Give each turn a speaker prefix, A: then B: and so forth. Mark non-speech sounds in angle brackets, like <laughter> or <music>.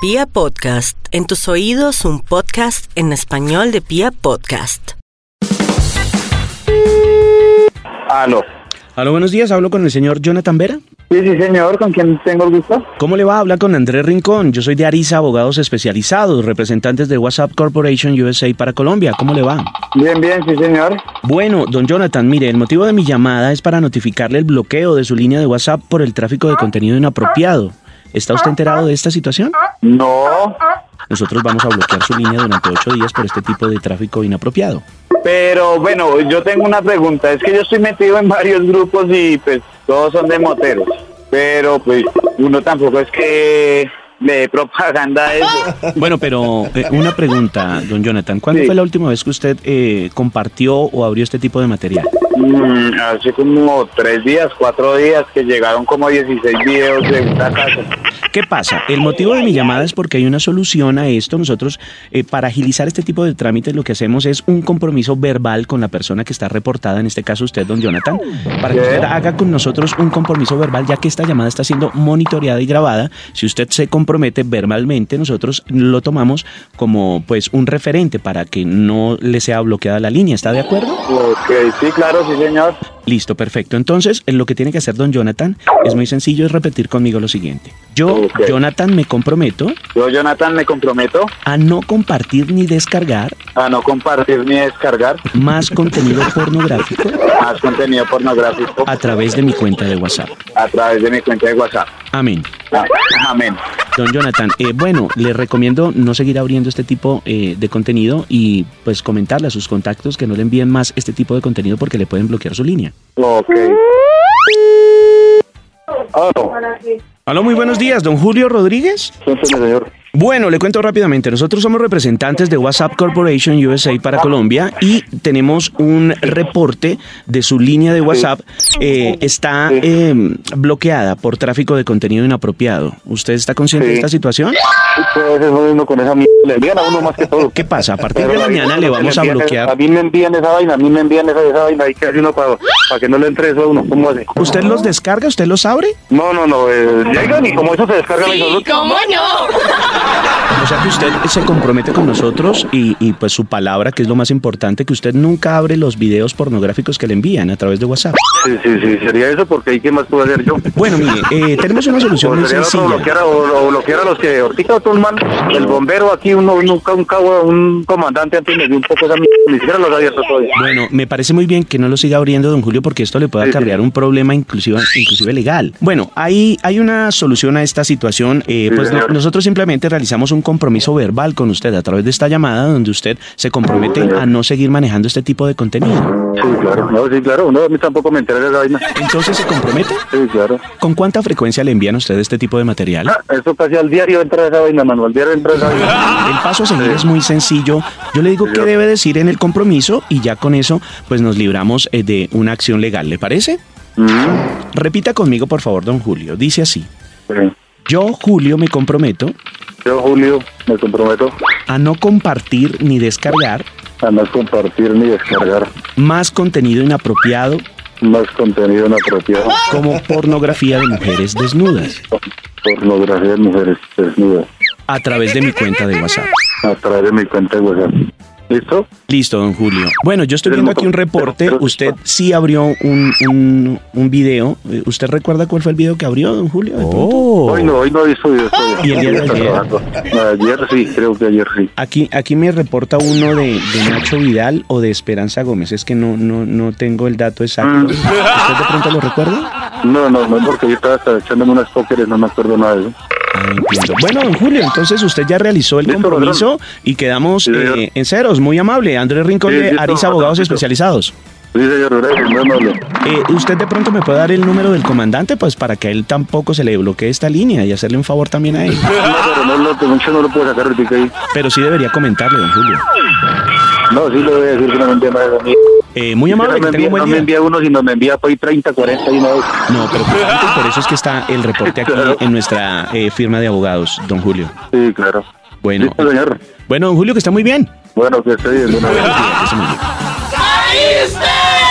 A: Pia Podcast, en tus oídos un podcast en español de Pia Podcast.
B: Aló.
C: Aló, buenos días. Hablo con el señor Jonathan Vera.
B: Sí, sí, señor, ¿con quién tengo el gusto?
C: ¿Cómo le va? Habla con Andrés Rincón. Yo soy de Arisa Abogados Especializados, representantes de WhatsApp Corporation USA para Colombia. ¿Cómo le va?
B: Bien, bien, sí, señor.
C: Bueno, don Jonathan, mire, el motivo de mi llamada es para notificarle el bloqueo de su línea de WhatsApp por el tráfico de contenido inapropiado. ¿Está usted enterado de esta situación?
B: No,
C: Nosotros vamos a bloquear su línea durante ocho días por este tipo de tráfico inapropiado.
B: pero bueno, yo tengo una pregunta. Es que yo estoy metido en varios grupos y pues todos son de moteros. Pero pues uno tampoco es que le dé propaganda a eso.
C: Bueno, pero eh, una pregunta, don Jonathan. ¿Cuándo
B: Sí.
C: fue la última vez que usted eh, compartió o abrió este tipo de material?
B: Mm, hace como tres días, cuatro días que llegaron como 16 videos de una casa.
C: ¿Qué pasa? El motivo de mi llamada es porque hay una solución a esto. Nosotros, eh, para agilizar este tipo de trámites, lo que hacemos es un compromiso verbal con la persona que está reportada, en este caso usted, don Jonathan, para que
B: ¿Qué?
C: usted haga con nosotros un compromiso verbal, ya que esta llamada está siendo monitoreada y grabada. Si usted se compromete verbalmente, nosotros lo tomamos como pues un referente para que no le sea bloqueada la línea. ¿Está de acuerdo?
B: Ok, sí, claro, sí, señor.
C: Listo, perfecto. Entonces, eh, lo que tiene que hacer don Jonathan es muy sencillo, es repetir conmigo lo siguiente. Yo,
B: Ok.
C: Jonathan, me comprometo
B: Yo, Jonathan, me comprometo
C: a no compartir ni descargar
B: a no compartir ni descargar
C: más contenido pornográfico
B: más contenido pornográfico
C: a través de mi cuenta de WhatsApp.
B: a través de mi cuenta de WhatsApp.
C: Amén.
B: Ah, Amén.
C: Don Jonathan, eh, bueno, le recomiendo no seguir abriendo este tipo eh, de contenido y pues comentarle a sus contactos que no le envíen más este tipo de contenido porque le pueden bloquear su línea.
B: Ok. Oh,
C: Aló, muy buenos días, don Julio Rodríguez.
B: siénteme, señor.
C: Bueno, le cuento rápidamente. Nosotros somos representantes de WhatsApp Corporation USA para Colombia y tenemos un reporte de su línea de WhatsApp. eh, está
B: Sí.
C: eh, bloqueada por tráfico de contenido inapropiado. ¿Usted está consciente
B: Sí.
C: de esta situación?
B: Ustedes es lo mismo con esa mierda. Le envían a uno más que todo.
C: ¿Qué pasa? A partir
B: Pero
C: de
B: la
C: mañana
B: vida,
C: le vamos a
B: envían- A
C: bloquear.
B: mí me envían esa vaina, a mí me envían esa, esa vaina. Hay que hacer uno para, para que no le entre eso a uno. ¿Cómo hace?
C: ¿Usted los descarga? ¿Usted los abre?
B: No, no, no. eh, llegan y como eso se descarga la insoluta.
C: O sea que usted se compromete con nosotros y, y, pues su palabra, que es lo más importante, que usted nunca abre los videos pornográficos que le envían a través de WhatsApp.
B: Sí, sí, sí. Sería eso porque ahí qué más puedo hacer yo.
C: Bueno, mire, eh, tenemos una
B: O
C: solución muy
B: sería otro
C: sencilla.
B: bloquear a, o, o bloquear a los que ahorita todo el mal, el bombero aquí, uno, nunca un cabo, un comandante antes me dio un poco esa mierda, ni siquiera los ha abierto todavía.
C: Bueno, me parece muy bien que no lo siga abriendo, don Julio, porque esto le puede
B: Sí, sí,
C: acarrear
B: sí.
C: un problema inclusive, inclusive legal. Bueno, ahí hay una solución a esta situación. eh,
B: Sí,
C: pues no-
B: señor.
C: nosotros simplemente realizamos un compromiso verbal con usted a través de esta llamada donde usted se compromete a no seguir manejando este tipo de contenido.
B: Sí, claro, no, sí, claro, no, a mí tampoco me entera de esa vaina.
C: Entonces, ¿se compromete?
B: Sí, claro.
C: ¿Con cuánta frecuencia le envían a usted este tipo de material?
B: Ah, Eso casi al diario entra esa vaina, mano, al diario entra esa
C: <laughs>
B: vaina.
C: El paso a seguir es muy sencillo. Yo le digo qué debe decir en el compromiso y ya con eso, pues nos libramos eh, de una acción legal. ¿Le parece?
B: Mm,
C: Repita conmigo, por favor, don Julio. Dice así.
B: sí.
C: Yo, Julio, me comprometo
B: Yo, Julio, me comprometo
C: a no compartir ni descargar
B: a no compartir ni descargar
C: más contenido inapropiado
B: más contenido inapropiado,
C: como pornografía de mujeres desnudas
B: pornografía de mujeres desnudas,
C: a través de mi cuenta de WhatsApp.
B: a través de mi cuenta de WhatsApp. ¿Listo?
C: Listo, don Julio. Bueno, yo estoy viendo aquí un reporte. Usted sí abrió un, un, un video. Eh, ¿Usted recuerda cuál fue el video que abrió, don Julio? de pronto?
B: Hoy no, hoy no he visto videos todavía.
C: Oh. ¿Y el día de
B: Está
C: ayer?
B: trabajando. Ayer sí, creo que ayer sí.
C: Aquí, aquí me reporta uno de, de Nacho Vidal o de Esperanza Gómez. Es que no, no, no tengo el dato exacto.
B: Mm.
C: ¿Usted de pronto lo recuerda?
B: No, no, no, porque yo estaba hasta echándome unas pókeres, no me acuerdo nada de eso.
C: Ah, entiendo. Bueno, don Julio, entonces usted ya realizó el
B: Listo,
C: compromiso y quedamos
B: Sí, señor.
C: eh, en ceros. Muy amable. Andrés Rincón
B: Sí,
C: de
B: listo,
C: Ariza Abogados
B: listo.
C: Especializados.
B: Sí, señor, gracias, muy amable.
C: Eh, ¿Usted de pronto me puede dar el número del comandante? Pues para que a él tampoco se le bloquee esta línea y hacerle un favor también a él.
B: No, pero no lo, mucho no lo puedo sacar ahorita ahí.
C: Pero sí debería comentarle, don Julio.
B: No, sí le voy a decir que no me envía más a mí.
C: Eh, muy amable,
B: no me
C: que tenga
B: envía,
C: un buen
B: no me
C: día.
B: envía uno, sino me envía por ahí 30, 40 y una vez.
C: No, pero precisamente por eso es que está el reporte aquí
B: <laughs> Claro.
C: en nuestra eh, firma de abogados, don Julio.
B: Sí, claro.
C: Bueno,
B: Listo, señor.
C: bueno, don Julio, que está muy bien.
B: Bueno, que estoy bien. Bueno,
C: Que esté muy bien.
D: ¡Caíste!